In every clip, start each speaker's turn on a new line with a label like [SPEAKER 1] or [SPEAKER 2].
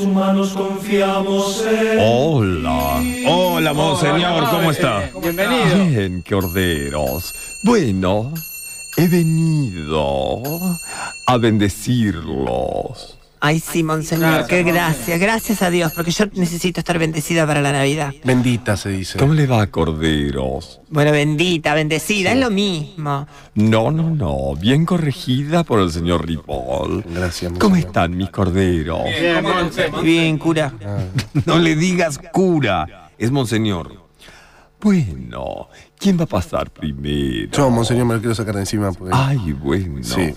[SPEAKER 1] humanos confiamos en.
[SPEAKER 2] Hola. Hola, monseñor,
[SPEAKER 3] Hola,
[SPEAKER 2] ¿cómo
[SPEAKER 3] eh,
[SPEAKER 2] está?
[SPEAKER 3] Bienvenido.
[SPEAKER 2] Bien, qué orderos. Bueno, he venido a bendecirlos.
[SPEAKER 4] Ay, sí, monseñor,
[SPEAKER 3] Gracias,
[SPEAKER 4] qué
[SPEAKER 3] monseñor.
[SPEAKER 4] gracias, gracias a Dios, porque yo necesito estar bendecida para la Navidad.
[SPEAKER 5] Bendita se dice.
[SPEAKER 2] ¿Cómo le va, corderos?
[SPEAKER 4] Bueno, bendita, bendecida, es lo mismo.
[SPEAKER 2] No, no, no. Bien corregida por el señor Ripoll.
[SPEAKER 5] Gracias, monseñor.
[SPEAKER 2] ¿Cómo están mis corderos?
[SPEAKER 3] Bien, Monse.
[SPEAKER 4] Bien, cura.
[SPEAKER 5] Ah.
[SPEAKER 2] No le digas cura. Es monseñor. Bueno, ¿quién va a pasar primero?
[SPEAKER 5] Yo, monseñor, me lo quiero sacar de encima porque
[SPEAKER 2] Ay, bueno.
[SPEAKER 5] sí,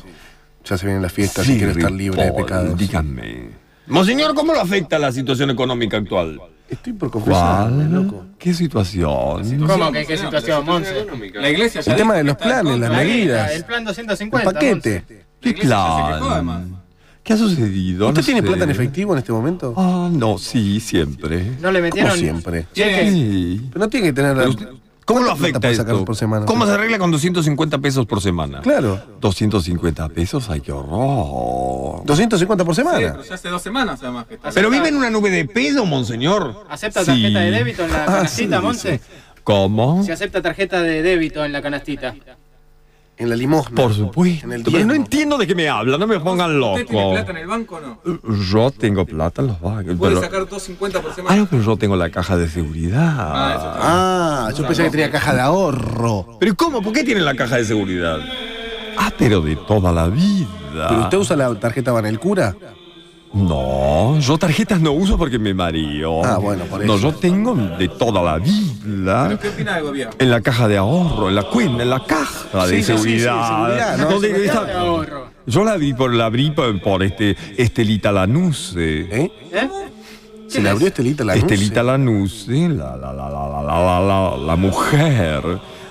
[SPEAKER 5] ya se vienen las fiestas
[SPEAKER 2] Ah. Sí,
[SPEAKER 5] y quiero estar libre de
[SPEAKER 2] Ripoll,
[SPEAKER 5] pecados.
[SPEAKER 2] Dígame. Monseñor, ¿cómo lo afecta la situación económica actual?
[SPEAKER 5] Estoy por confesar, loco.
[SPEAKER 2] ¿Cuál? ¿Qué situación?
[SPEAKER 3] ¿Cómo que qué situación, Monse?
[SPEAKER 6] La iglesia ya
[SPEAKER 5] El tema de los
[SPEAKER 6] está en
[SPEAKER 5] planes, las
[SPEAKER 6] contra.
[SPEAKER 5] medidas,
[SPEAKER 3] El plan
[SPEAKER 5] el
[SPEAKER 3] 250.
[SPEAKER 5] paquete.
[SPEAKER 3] Monse.
[SPEAKER 2] ¿Qué
[SPEAKER 6] iglesia ya se quejó, además.
[SPEAKER 2] plan? ¿Qué ha sucedido?
[SPEAKER 5] ¿Usted
[SPEAKER 2] No
[SPEAKER 5] tiene
[SPEAKER 2] sé.
[SPEAKER 5] plata en efectivo en este momento?
[SPEAKER 2] Ah, no, sí, siempre.
[SPEAKER 3] No le
[SPEAKER 5] Como
[SPEAKER 3] metieron.
[SPEAKER 5] siempre.
[SPEAKER 3] Cheques.
[SPEAKER 2] Sí.
[SPEAKER 5] Pero no tiene que tener.
[SPEAKER 2] Pero usted- ¿Cómo lo
[SPEAKER 5] ¿Cuánta plata
[SPEAKER 2] afecta
[SPEAKER 5] puede sacar
[SPEAKER 2] esto?
[SPEAKER 5] por semana?
[SPEAKER 2] ¿Cómo se arregla con 250 pesos por semana?
[SPEAKER 5] Claro.
[SPEAKER 2] 250 pesos, ay, qué horror.
[SPEAKER 5] 250 por semana.
[SPEAKER 6] Pero ya hace dos semanas además que está.
[SPEAKER 2] Pero vive en una nube de pedo, monseñor.
[SPEAKER 3] ¿Acepta
[SPEAKER 2] Sí. Ah,
[SPEAKER 3] tarjeta de débito en la canastita,
[SPEAKER 5] sí,
[SPEAKER 3] Monse?
[SPEAKER 2] ¿Cómo?
[SPEAKER 3] Si acepta tarjeta de débito en la canastita.
[SPEAKER 5] En la limosna.
[SPEAKER 2] Por supuesto.
[SPEAKER 5] En el
[SPEAKER 2] Pero no
[SPEAKER 5] diezmo.
[SPEAKER 2] entiendo de qué me habla, no me pongan
[SPEAKER 6] ¿Usted tiene
[SPEAKER 2] loco.
[SPEAKER 6] plata en el banco o no?
[SPEAKER 2] Yo tengo plata en los bancos.
[SPEAKER 6] Puede
[SPEAKER 2] Pero...
[SPEAKER 6] sacar 2.50 por
[SPEAKER 2] Ah,
[SPEAKER 6] semana.
[SPEAKER 2] no, pero yo tengo la caja de seguridad.
[SPEAKER 6] Ah, eso está
[SPEAKER 5] Ah, yo pensaba que tenía caja de ahorro.
[SPEAKER 2] ¿Pero cómo? ¿Por qué tienen la caja de seguridad? Ah, pero de toda la vida.
[SPEAKER 5] ¿Pero usted usa la tarjeta Banelcura?
[SPEAKER 2] No, yo tarjetas no uso porque me mareo.
[SPEAKER 5] Ah, bueno, por
[SPEAKER 2] No,
[SPEAKER 5] eso.
[SPEAKER 2] yo tengo de toda la vida.
[SPEAKER 6] ¿Pero qué opina del gobierno?
[SPEAKER 2] En la caja de ahorro, en la cuenta, en la caja de
[SPEAKER 5] Sí, sí, sí, sí,
[SPEAKER 2] seguridad.
[SPEAKER 5] seguridad, ¿no?
[SPEAKER 2] Donde
[SPEAKER 5] Seguridad
[SPEAKER 2] está-
[SPEAKER 3] De ahorro.
[SPEAKER 2] Yo la vi por la abrí por, por este Estelita Lanuse.
[SPEAKER 5] ¿Eh?
[SPEAKER 3] ¿Eh?
[SPEAKER 5] ¿Se le abrió Estelita la
[SPEAKER 2] Estelita Lanuse, la, la, la, la, la, la, la, la, la mujer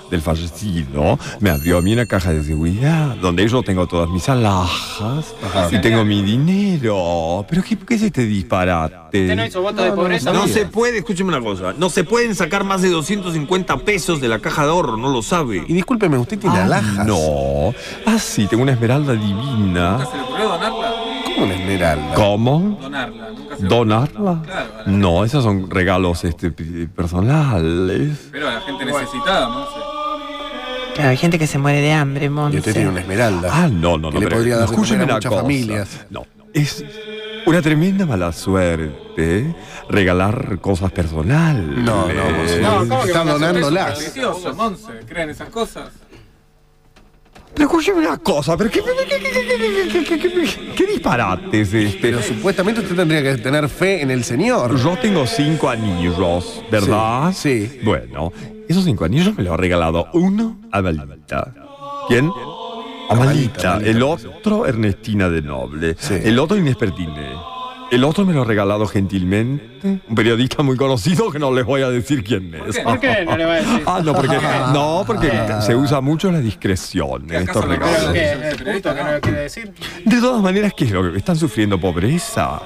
[SPEAKER 2] del fallecido, me abrió a mí una caja de seguridad donde yo tengo todas mis alhajas y tengo mi dinero. ¿Pero qué, qué es este disparate?
[SPEAKER 3] ¿Usted Este no hizo voto de pobreza,
[SPEAKER 2] No se
[SPEAKER 3] Monse?
[SPEAKER 2] puede, escúcheme una cosa, no se pueden sacar más de 250 pesos de la caja de ahorro, no lo
[SPEAKER 5] Y
[SPEAKER 2] sabe.
[SPEAKER 5] discúlpeme, ¿usted tiene alhajas?
[SPEAKER 2] Ah, No. Ah, sí, tengo una esmeralda divina.
[SPEAKER 6] ¿Nunca se le ocurrió donarla?
[SPEAKER 5] ¿Cómo una esmeralda?
[SPEAKER 2] ¿Cómo?
[SPEAKER 6] Donarla. Nunca se le Claro,
[SPEAKER 2] ¿Donarla?
[SPEAKER 6] a la-
[SPEAKER 2] No, esos son regalos este, pi- personales.
[SPEAKER 6] Pero a la gente necesitada, Monse.
[SPEAKER 4] Claro, hay gente que se muere de hambre,
[SPEAKER 5] Y usted tiene
[SPEAKER 4] monse.
[SPEAKER 5] una esmeralda.
[SPEAKER 2] Ah, no, no, no.
[SPEAKER 5] Que le
[SPEAKER 2] pero
[SPEAKER 5] podría dar de
[SPEAKER 2] escúcheme
[SPEAKER 5] comer a
[SPEAKER 2] una
[SPEAKER 5] muchas
[SPEAKER 2] cosa.
[SPEAKER 5] familias.
[SPEAKER 2] No, es una tremenda mala suerte regalar cosas personales.
[SPEAKER 5] No, no, vos-
[SPEAKER 3] No, ¿cómo que van
[SPEAKER 5] Están
[SPEAKER 3] a hacer
[SPEAKER 5] donando
[SPEAKER 3] eso?
[SPEAKER 5] las.
[SPEAKER 6] Delicioso, Monse. ¿Creen esas cosas?
[SPEAKER 2] Pero escúcheme una cosa, pero qué, qué, qué- qué- qué- qué- qué- qué- qué disparate es este.
[SPEAKER 5] Pero supuestamente usted tendría que tener fe en el Señor.
[SPEAKER 2] Yo tengo cinco anillos, ¿verdad?
[SPEAKER 5] Sí, sí.
[SPEAKER 2] Bueno, esos cinco anillos me los ha regalado uno a Amalita. ¿Quién? Amalita.
[SPEAKER 5] Amalita, Amalita.
[SPEAKER 2] El otro, Ernestina de Noble.
[SPEAKER 5] Sí.
[SPEAKER 2] El otro, Inés Pertine. El otro me lo ha regalado gentilmente un periodista muy conocido que no les voy a decir quién es.
[SPEAKER 3] ¿Por qué no le va a decir?
[SPEAKER 2] Ah, no, porque, no, porque se usa mucho la discreción en estos
[SPEAKER 6] acaso le
[SPEAKER 2] regalos.
[SPEAKER 3] ¿Pero qué?
[SPEAKER 6] Sí, sí,
[SPEAKER 3] ¿Es justo
[SPEAKER 6] sí,
[SPEAKER 3] que no lo quiere decir?
[SPEAKER 2] De todas maneras, ¿qué es lo que están sufriendo? ¿Pobreza?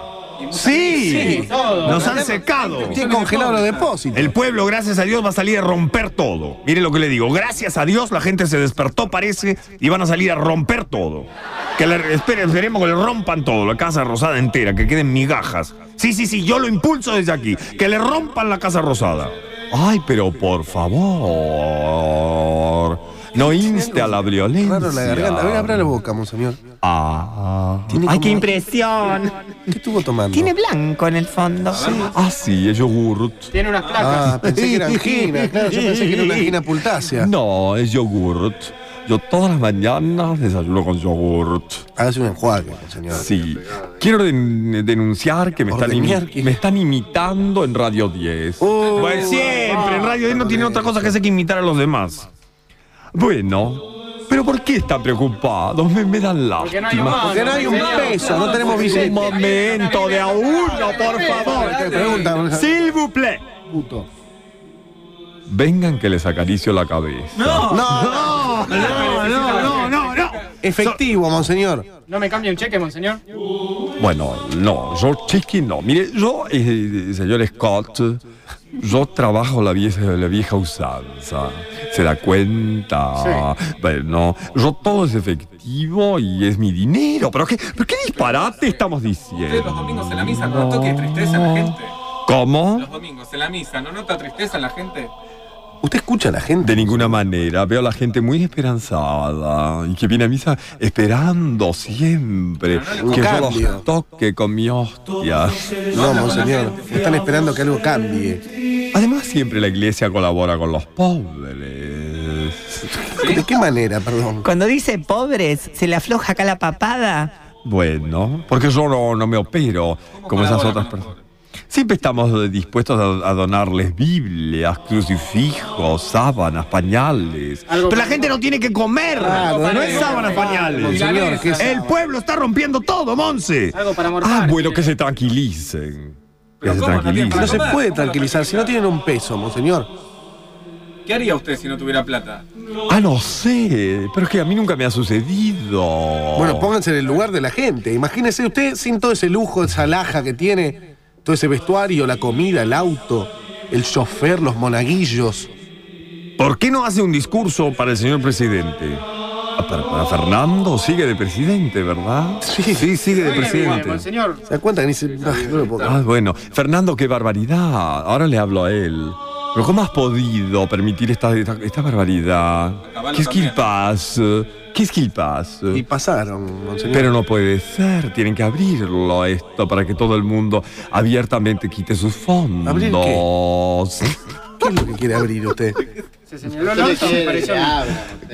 [SPEAKER 2] Sí,
[SPEAKER 3] Sí, todo.
[SPEAKER 2] nos han secado.
[SPEAKER 5] Tiene congelado los depósitos.
[SPEAKER 2] El pueblo, gracias a Dios, va a salir a romper todo. Mire lo que le digo. Gracias a Dios, la gente se despertó, parece, y van a salir a romper todo. Que le, espere- esperemos que le rompan todo, la casa rosada entera, que queden migajas. Sí, sí, sí, yo lo impulso desde aquí. Que le rompan la casa rosada. Ay, pero por favor. No inste a la violencia.
[SPEAKER 5] Raro la garganta. A ver, abra la boca, monseñor.
[SPEAKER 2] Ah.
[SPEAKER 5] Tiene
[SPEAKER 4] Ay,
[SPEAKER 5] como-
[SPEAKER 4] qué impresión.
[SPEAKER 5] ¿Qué estuvo tomando?
[SPEAKER 4] Tiene blanco en el fondo.
[SPEAKER 2] Ah, sí, es yogurt.
[SPEAKER 3] Tiene unas placas.
[SPEAKER 5] Ah, pensé que era angina. Claro, yo pensé que era una angina pultácea.
[SPEAKER 2] No, es yogurt. Yo todas las mañanas desayuno con yogurt.
[SPEAKER 5] Hágase un enjuague, monseñor.
[SPEAKER 2] Sí. Quiero den- denunciar que me están, imi-
[SPEAKER 5] Ordeñar, ¿qué?
[SPEAKER 2] me están imitando en Radio 10.
[SPEAKER 5] Oh,
[SPEAKER 2] pues siempre, en Radio 10 no tiene otra cosa que hacer que imitar a los demás. Bueno, pero ¿por qué están preocupados? Me, me dan
[SPEAKER 3] Porque no hay
[SPEAKER 2] lástima.
[SPEAKER 3] un mango,
[SPEAKER 5] Porque no hay un
[SPEAKER 3] señor.
[SPEAKER 5] peso, no tenemos
[SPEAKER 2] Un
[SPEAKER 5] billete.
[SPEAKER 2] momento de a uno, por favor.
[SPEAKER 5] Te preguntan, monseñor.
[SPEAKER 2] S'il vous plaît.
[SPEAKER 5] Puto.
[SPEAKER 2] Vengan que les acaricio la cabeza.
[SPEAKER 6] No.
[SPEAKER 5] No, no.
[SPEAKER 2] no, no, no, no. no.
[SPEAKER 5] Efectivo, monseñor.
[SPEAKER 3] No me cambie un cheque, monseñor.
[SPEAKER 2] Bueno, no, yo chiqui no. Mire, yo, eh, señor Scott, Yo trabajo la vieja, la vieja usanza. ¿Se da cuenta? Bueno, yo todo es efectivo y es mi dinero. ¿Pero qué, pero qué disparate estamos
[SPEAKER 6] Ustedes los
[SPEAKER 2] diciendo?
[SPEAKER 6] domingos en la misa no toque tristeza en la gente.
[SPEAKER 2] ¿Cómo?
[SPEAKER 6] Los domingos en la misa, ¿no nota tristeza en la gente?
[SPEAKER 5] ¿Usted escucha a la gente?
[SPEAKER 2] De ninguna manera. Veo a la gente muy esperanzada y que viene a misa esperando siempre
[SPEAKER 6] Pero
[SPEAKER 5] no le
[SPEAKER 2] que yo
[SPEAKER 5] cambio.
[SPEAKER 2] los toque con mi hostia.
[SPEAKER 5] No, monseñor. Están esperando que algo cambie.
[SPEAKER 2] Además, siempre la iglesia colabora con los pobres.
[SPEAKER 5] ¿De qué manera, perdón?
[SPEAKER 4] Cuando dice pobres, se le afloja acá la papada.
[SPEAKER 2] Bueno, porque yo no, no me opero como esas
[SPEAKER 6] colabora
[SPEAKER 2] otras
[SPEAKER 6] con los
[SPEAKER 2] personas. Siempre estamos eh, dispuestos a, a donarles Biblias, crucifijos, sábanas, pañales.
[SPEAKER 3] Algo
[SPEAKER 2] Pero la
[SPEAKER 3] que-
[SPEAKER 2] gente no tiene que comer.
[SPEAKER 5] Claro,
[SPEAKER 2] no
[SPEAKER 5] no
[SPEAKER 2] es
[SPEAKER 5] hay-
[SPEAKER 2] sábanas, pañales.
[SPEAKER 5] Monseñor, ¿qué es
[SPEAKER 2] El pueblo está rompiendo todo, Monse.
[SPEAKER 3] Algo para morfar.
[SPEAKER 2] Ah, bueno, que se tranquilicen. Que
[SPEAKER 6] Pero
[SPEAKER 2] se
[SPEAKER 6] ¿cómo no tienen
[SPEAKER 5] No
[SPEAKER 2] tranquilicen.
[SPEAKER 5] se puede tranquilizar si no tienen un peso, monseñor.
[SPEAKER 6] ¿Qué haría usted si no tuviera plata?
[SPEAKER 2] Ah, no sé. Pero es que a mí nunca me ha sucedido.
[SPEAKER 5] Bueno, pónganse en el lugar de la gente. Imagínese usted sin todo ese lujo, esa laja que tiene, todo ese vestuario, la comida, el auto, el chofer, los monaguillos.
[SPEAKER 2] ¿Por qué no hace un discurso para el señor presidente? Ah, Para, para Fernando sigue de presidente, ¿verdad? Sí, sí, sigue de
[SPEAKER 3] Muy bien,
[SPEAKER 2] presidente.
[SPEAKER 3] Monseñor.
[SPEAKER 5] ¿Se da cuenta que ni se- Ay, no lo puedo creer.
[SPEAKER 2] Ah, bueno, Fernando, qué barbaridad. Ahora le hablo a él. Pero ¿cómo has podido permitir esta, esta, esta barbaridad?
[SPEAKER 6] Acabalo
[SPEAKER 2] ¿Qué es
[SPEAKER 6] también.
[SPEAKER 2] Quilpaz? ¿Qué es Quilpaz?
[SPEAKER 5] Y pasaron, monseñor.
[SPEAKER 2] Pero no puede ser, tienen que abrirlo esto para que todo el mundo abiertamente quite sus fondos.
[SPEAKER 5] ¿Abrir ¿Qué es lo que quiere abrir usted?
[SPEAKER 3] Se señaló el orto, me pareció.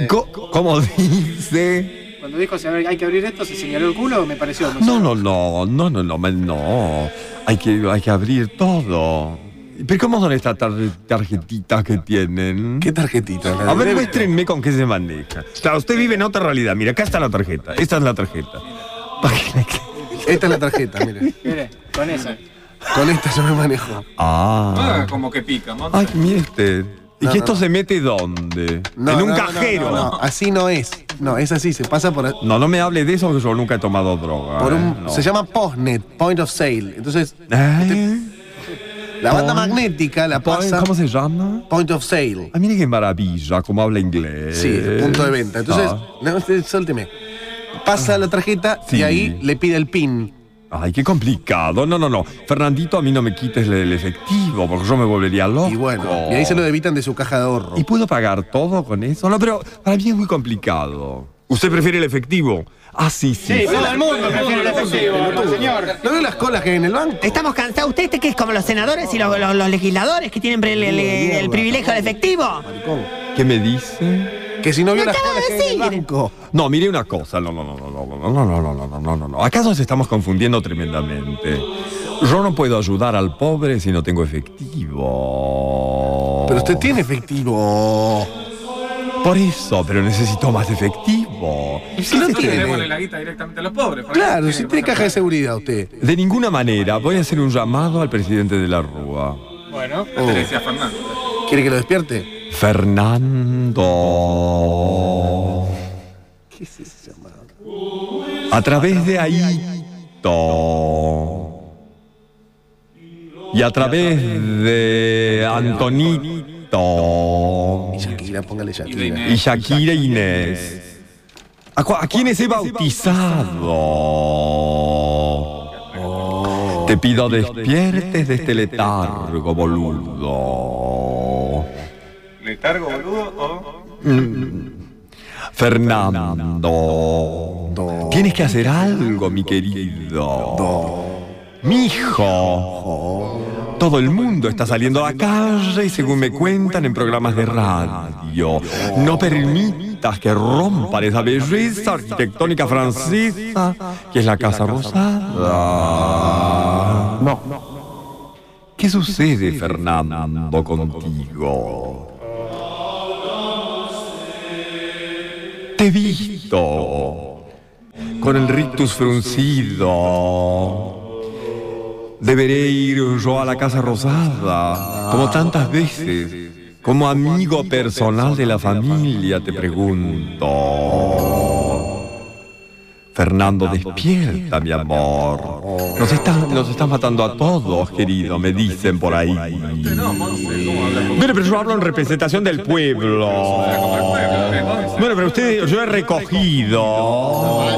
[SPEAKER 2] Co- ¿Cómo dice?
[SPEAKER 3] Cuando dijo se abre- hay que abrir esto, se señaló el culo, me pareció.
[SPEAKER 2] No,
[SPEAKER 3] monseñor.
[SPEAKER 2] no, no, no, no, no, man, no. Hay que, hay que abrir todo. ¿Pero cómo son estas tar- tarjetitas que tienen?
[SPEAKER 5] ¿Qué tarjetita?
[SPEAKER 2] A ver, muéstrenme con qué se maneja. Claro, usted vive en otra realidad. Mira, acá está la tarjeta. Esta es la tarjeta. Página que-
[SPEAKER 5] Esta es la tarjeta, mire.
[SPEAKER 3] Mire, con esa.
[SPEAKER 5] Con esta yo me manejo.
[SPEAKER 6] No
[SPEAKER 2] Ah.
[SPEAKER 6] haga como que pica, Monse.
[SPEAKER 2] Ay, mire usted. ¿Y
[SPEAKER 5] No,
[SPEAKER 2] que
[SPEAKER 5] no,
[SPEAKER 2] esto
[SPEAKER 5] no.
[SPEAKER 2] se mete dónde?
[SPEAKER 5] No,
[SPEAKER 2] en un
[SPEAKER 5] no, no,
[SPEAKER 2] cajero.
[SPEAKER 5] No, no, así no es. No, es así, se pasa por,
[SPEAKER 2] No, no me hable de eso, que yo nunca he tomado droga.
[SPEAKER 5] por
[SPEAKER 2] ¿eh?
[SPEAKER 5] un.
[SPEAKER 2] No.
[SPEAKER 5] Se llama Postnet, Point of Sale. Entonces,
[SPEAKER 2] ¿Eh?
[SPEAKER 5] la banda
[SPEAKER 2] Point-
[SPEAKER 5] magnética la pasa.
[SPEAKER 2] ¿Cómo se llama?
[SPEAKER 5] Point of Sale.
[SPEAKER 2] Ah, mire qué maravilla, cómo habla inglés.
[SPEAKER 5] Sí, punto de venta. Entonces,
[SPEAKER 2] Eh, Ah.
[SPEAKER 5] no, usted, suélteme. Pasa la tarjeta
[SPEAKER 2] Sí.
[SPEAKER 5] y ahí le pide el PIN.
[SPEAKER 2] Ay, qué complicado. No, no, no. Fernandito, a mí no me quites el efectivo, porque yo me volvería loco.
[SPEAKER 5] Y bueno, y ahí se lo debitan de su caja de ahorro.
[SPEAKER 2] Oh. ¿Y puedo pagar todo con eso? No, pero para mí es muy complicado. ¿Usted prefiere el efectivo? Ah, sí, sí.
[SPEAKER 3] Sí, todo el mundo prefiere el efectivo, monseñor.
[SPEAKER 5] ¿No veo las colas que hay en el banco?
[SPEAKER 4] Estamos cansados. ¿Usted este que es como los senadores y los, los- los legisladores que tienen pre- el, el- el privilegio de efectivo?
[SPEAKER 5] Maricón.
[SPEAKER 2] ¿Qué me dice?
[SPEAKER 5] Que si no vio
[SPEAKER 4] Lo
[SPEAKER 5] las
[SPEAKER 4] acabo
[SPEAKER 5] colas
[SPEAKER 4] de
[SPEAKER 5] que hay en el
[SPEAKER 4] decir.
[SPEAKER 5] banco.
[SPEAKER 2] No, mire una cosa. No, no, no, no, no, no, no, no, no, no, no, no, no, no. ¿Acaso nos estamos confundiendo tremendamente? Yo no puedo ayudar al pobre si no tengo efectivo.
[SPEAKER 5] Pero usted tiene efectivo.
[SPEAKER 2] Por eso, pero necesito más efectivo.
[SPEAKER 5] Si no
[SPEAKER 6] Entonces
[SPEAKER 5] tiene.
[SPEAKER 6] démosle la guita directamente a los pobres. ¿para qué
[SPEAKER 5] Claro, si
[SPEAKER 6] que
[SPEAKER 5] tiene
[SPEAKER 6] pasar
[SPEAKER 5] caja de seguridad usted.
[SPEAKER 2] De ninguna manera voy a hacer un llamado al presidente de la Rúa.
[SPEAKER 3] Bueno,
[SPEAKER 6] por- Antes le decía a Fernando.
[SPEAKER 5] ¿Quiere que lo despierte?
[SPEAKER 2] Fernando.
[SPEAKER 5] ¿Qué es ese llamado?
[SPEAKER 2] A través de Aito. Y a través de Antonito.
[SPEAKER 5] Y Shakira, póngale
[SPEAKER 6] de
[SPEAKER 5] Shakira.
[SPEAKER 6] Inés.
[SPEAKER 2] Oh. Y Shakira Inés. ¿A, cua- a quiénes he bautizado? Oh. Te pido despiertes de este letargo, boludo.
[SPEAKER 6] ¿Letargo, boludo? O...
[SPEAKER 2] Fernando. Tienes que hacer algo, mi querido. Mi hijo. Todo el mundo está saliendo a la calle y según me cuentan en programas de radio, no permitas que rompan esa belleza arquitectónica francesa que es la Casa Rosada. No. ¿Qué sucede, Fernando, contigo? Te he visto con el rictus fruncido. Deberé ir yo a la Casa Rosada, como tantas veces. Como amigo personal de la familia, te pregunto. Fernando, despierta, mi amor. Nos están, nos están matando a todos, querido, me dicen por ahí.
[SPEAKER 6] No, Monse, ¿cómo hablas como
[SPEAKER 2] Bueno, pero yo hablo en representación del pueblo.
[SPEAKER 6] como el pueblo? ¿eh, Monse?
[SPEAKER 2] Bueno, pero usted, yo he recogido.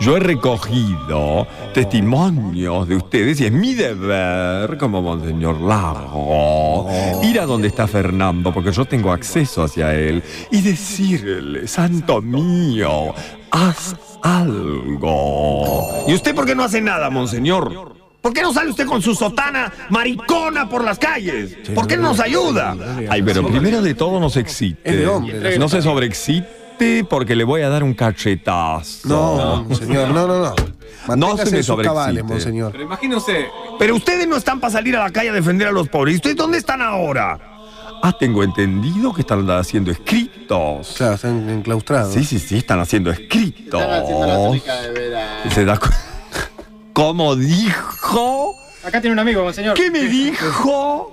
[SPEAKER 2] Yo he recogido testimonios de ustedes y es mi deber, como Monseñor Largo, ir a donde está Fernando, porque yo tengo acceso hacia él, y decirle, santo mío, haz algo.
[SPEAKER 7] ¿Y usted por qué no hace nada, monseñor? ¿Por qué no sale usted con su sotana maricona por las calles? ¿Por qué no nos ayuda?
[SPEAKER 2] Ay, pero primero de todo nos
[SPEAKER 5] Es
[SPEAKER 2] excite.
[SPEAKER 5] de hombre.
[SPEAKER 2] No se sobreexcite porque le voy a dar un cachetazo.
[SPEAKER 5] No, monseñor, no, no, no. Manténgase
[SPEAKER 2] se me
[SPEAKER 5] en sus cabales,
[SPEAKER 2] sobreexcite.
[SPEAKER 5] monseñor.
[SPEAKER 6] Pero imagínense,
[SPEAKER 7] Pero ustedes no están para salir a la calle a defender a los pobres. ¿Y ustedes dónde están ahora?
[SPEAKER 2] Ah, tengo entendido que están haciendo escritos.
[SPEAKER 5] Claro, están enclaustrados.
[SPEAKER 2] Sí, sí, sí, están haciendo escritos.
[SPEAKER 8] Están haciendo la túnica de verano.
[SPEAKER 2] ¿Se da cu- ¿Cómo dijo?
[SPEAKER 3] Acá tiene un amigo, señor.
[SPEAKER 2] ¿Qué me dijo?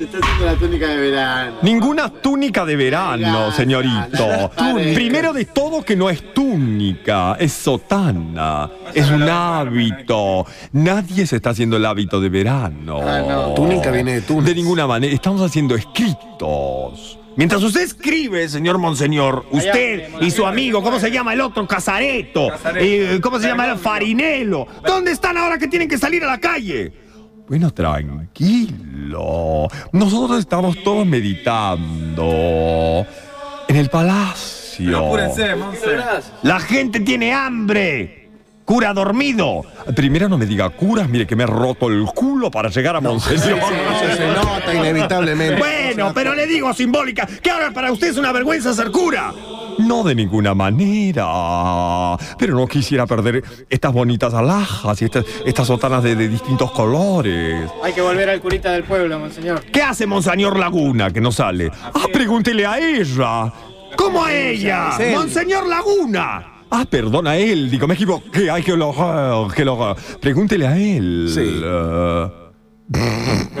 [SPEAKER 8] Está haciendo la túnica de verano.
[SPEAKER 2] Ninguna túnica de verano,
[SPEAKER 8] Verano,
[SPEAKER 2] señorito.
[SPEAKER 8] las paredes.
[SPEAKER 2] Primero de todo que no es túnica, es sotana, es un hábito. Nadie se está haciendo el hábito de verano.
[SPEAKER 8] Ah, no.
[SPEAKER 5] Túnica viene de Túnez.
[SPEAKER 2] De ninguna manera, estamos haciendo escritos.
[SPEAKER 7] Mientras usted escribe, señor monseñor, usted
[SPEAKER 3] Allá,
[SPEAKER 7] y su amigo, ¿cómo se llama el otro? Casareto.
[SPEAKER 6] Casareto.
[SPEAKER 7] Eh, ¿Cómo se llama? Farinelo. ¿Dónde están ahora que tienen que salir a la calle?
[SPEAKER 2] Bueno, tranquilo. Nosotros estamos todos meditando en el
[SPEAKER 6] pero
[SPEAKER 2] palacio.
[SPEAKER 6] apúrense, Monse.
[SPEAKER 7] La gente tiene hambre. Cura dormido.
[SPEAKER 2] Primero no me diga curas, mire que me he roto el culo para llegar a Monseñor.
[SPEAKER 5] Eso se nota inevitablemente.
[SPEAKER 7] Bueno, pero le digo simbólica que ahora para usted es una vergüenza ser cura.
[SPEAKER 2] No de ninguna manera. Pero no quisiera perder estas bonitas alhajas y estas, estas sotanas de, de distintos colores.
[SPEAKER 3] Hay que volver al curita del pueblo, monseñor.
[SPEAKER 7] ¿Qué hace Monseñor Laguna que no sale?
[SPEAKER 2] Ah, pregúntele a ella.
[SPEAKER 7] ¿Cómo a ella?
[SPEAKER 5] él.
[SPEAKER 7] Monseñor Laguna.
[SPEAKER 2] Ah, perdona él, digo, me equivoqué. Ay, qué horror, qué horror. Pregúntele a él.
[SPEAKER 5] Sí.
[SPEAKER 2] Eh,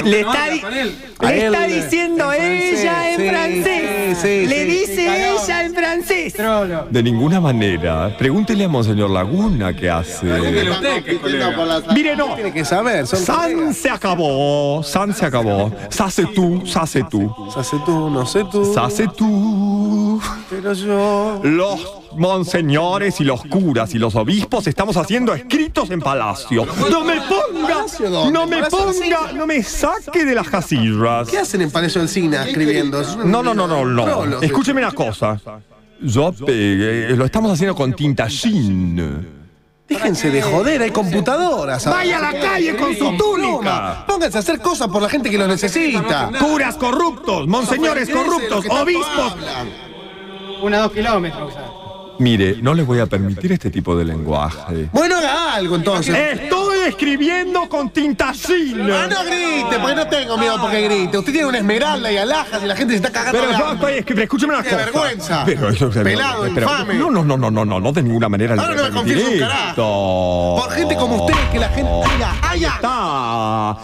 [SPEAKER 4] Le
[SPEAKER 6] No
[SPEAKER 4] está,
[SPEAKER 6] habla
[SPEAKER 4] di-
[SPEAKER 6] con él.
[SPEAKER 5] A
[SPEAKER 4] le está
[SPEAKER 5] él,
[SPEAKER 4] diciendo
[SPEAKER 5] en francés,
[SPEAKER 4] ella en
[SPEAKER 5] sí,
[SPEAKER 4] francés.
[SPEAKER 5] sí, sí,
[SPEAKER 4] le
[SPEAKER 5] sí.
[SPEAKER 4] dice
[SPEAKER 3] Cagón.
[SPEAKER 4] ella en francés.
[SPEAKER 3] Trolo.
[SPEAKER 2] de ninguna manera. Pregúntele a Monseñor Laguna qué
[SPEAKER 6] Pregúntele
[SPEAKER 2] hace.
[SPEAKER 8] Están
[SPEAKER 6] usted, que es
[SPEAKER 8] compitiendo
[SPEAKER 6] colega.
[SPEAKER 8] por las
[SPEAKER 2] Mire, no.
[SPEAKER 5] Tiene que saber, son
[SPEAKER 2] San
[SPEAKER 5] colegas.
[SPEAKER 2] se acabó, San se acabó. Sase tú, sase tú.
[SPEAKER 5] Hace tú, no sé tú.
[SPEAKER 2] Sase tú.
[SPEAKER 5] Pero yo.
[SPEAKER 2] Los monseñores y los curas y los obispos estamos haciendo escritos en palacio. No me ponga, no me ponga, no me saque de las casillas.
[SPEAKER 5] ¿Qué hacen en Palacio Alcina escribiendo?
[SPEAKER 2] No, no, no, no, no.
[SPEAKER 5] Trolos.
[SPEAKER 2] Escúcheme una cosa. Yo pegué, lo estamos haciendo con tinta Shin.
[SPEAKER 5] Déjense de joder, hay computadoras. ahora.
[SPEAKER 7] Vaya a la calle con su túnica.
[SPEAKER 5] Pónganse a hacer cosas por la gente que lo necesita.
[SPEAKER 7] Curas corruptos, monseñores corruptos, obispos.
[SPEAKER 3] Una, dos kilómetros. ¿sabes?
[SPEAKER 2] Mire, no les voy a permitir este tipo de lenguaje.
[SPEAKER 5] Bueno, haga algo entonces.
[SPEAKER 2] Estoy escribiendo con tinta Shin.
[SPEAKER 5] Ah, no grite, porque no tengo miedo porque grite. Usted tiene una esmeralda y alhajas y la gente se está cagando.
[SPEAKER 2] Pero
[SPEAKER 5] de
[SPEAKER 2] yo
[SPEAKER 5] hambre.
[SPEAKER 2] estoy escribiendo, escúcheme una
[SPEAKER 5] ¡Qué
[SPEAKER 2] cosa.
[SPEAKER 5] vergüenza!
[SPEAKER 2] Pero eso
[SPEAKER 5] Pelado,
[SPEAKER 2] pero-
[SPEAKER 5] infame.
[SPEAKER 2] No, no, no, no, no, no, no de ninguna manera.
[SPEAKER 5] Ahora no me confieso un carajo. Por gente como usted, que la gente diga, ¡ay, ay!
[SPEAKER 2] Está.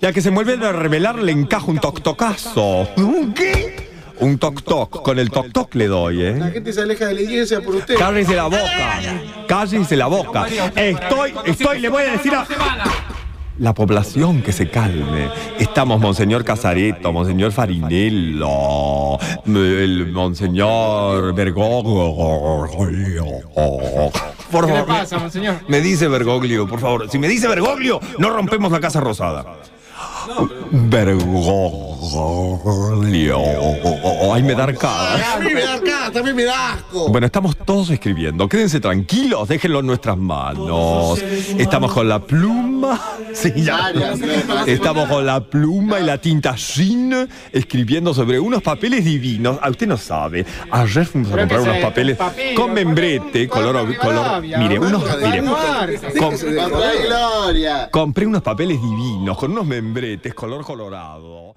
[SPEAKER 2] Ya que se vuelve a revelar, le encaja un toc-tocazo. ¿Un qué? Un toc-toc. Con el toc-toc le doy,
[SPEAKER 8] La
[SPEAKER 2] ¿eh?
[SPEAKER 8] gente se aleja de la iglesia por usted.
[SPEAKER 2] Cállese la boca. Cállese la boca. Estoy, estoy, le voy a decir a. La población que se calme. Estamos Monseñor Casareto, Monseñor Farinello, el Monseñor Bergoglio.
[SPEAKER 7] Por
[SPEAKER 3] ¿Qué le
[SPEAKER 7] favor,
[SPEAKER 3] pasa, monseñor?
[SPEAKER 7] me dice Bergoglio, por favor. Si me dice Bergoglio, no rompemos la Casa Rosada.
[SPEAKER 2] Bergoglio. Ay, me da arcada.
[SPEAKER 8] A mí me da acá, también me da asco.
[SPEAKER 2] Oh. Bueno, estamos todos escribiendo. Quédense tranquilos, déjenlo en nuestras manos. Estamos con la pluma. Sí, ya.
[SPEAKER 8] Varias, ¿no?
[SPEAKER 2] Estamos con la pluma y la tinta Shin escribiendo sobre unos papeles divinos. A usted no sabe. Ayer fuimos a
[SPEAKER 3] Pero
[SPEAKER 2] comprar
[SPEAKER 3] que
[SPEAKER 2] unos
[SPEAKER 3] sea,
[SPEAKER 2] papeles
[SPEAKER 3] papiro,
[SPEAKER 2] con membrete, color, color.
[SPEAKER 3] Rivadavia,
[SPEAKER 2] Mire,
[SPEAKER 3] ¿no?
[SPEAKER 2] unos. Mire,
[SPEAKER 3] Marca.
[SPEAKER 2] com-
[SPEAKER 8] Papá de Gloria.
[SPEAKER 2] compré unos papeles divinos con unos membretes color colorado.